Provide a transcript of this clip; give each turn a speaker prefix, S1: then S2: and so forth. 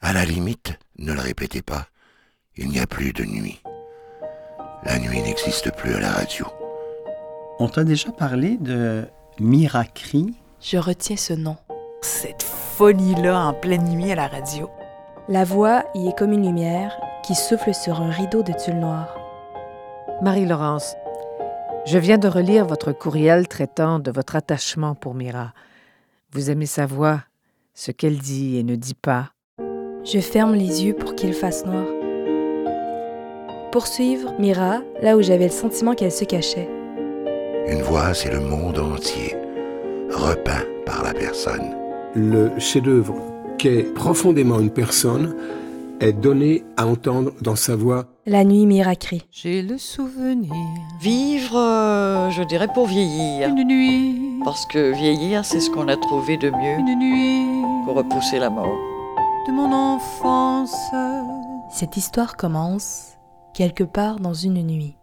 S1: À la limite, ne le répétez pas, il n'y a plus de nuit. La nuit n'existe plus à la radio.
S2: On t'a déjà parlé de Miracri.
S3: Je retiens ce nom.
S4: Cette folie-là en pleine nuit à la radio.
S5: La voix y est comme une lumière qui souffle sur un rideau de tulle noire.
S6: Marie-Laurence, je viens de relire votre courriel traitant de votre attachement pour Mira. Vous aimez sa voix, ce qu'elle dit et ne dit pas.
S5: Je ferme les yeux pour qu'il fasse noir. Poursuivre Mira là où j'avais le sentiment qu'elle se cachait.
S1: Une voix, c'est le monde entier, repeint par la personne.
S7: Le chef-d'œuvre qu'est profondément une personne est donné à entendre dans sa voix.
S5: La nuit Mira crie.
S8: J'ai le souvenir
S9: Vivre, euh, je dirais, pour vieillir.
S8: d'une nuit,
S9: Parce que vieillir, c'est ce qu'on a trouvé de mieux
S8: une nuit
S9: pour repousser la mort.
S8: de mon enfance.
S3: Cette histoire commence quelque part dans une nuit.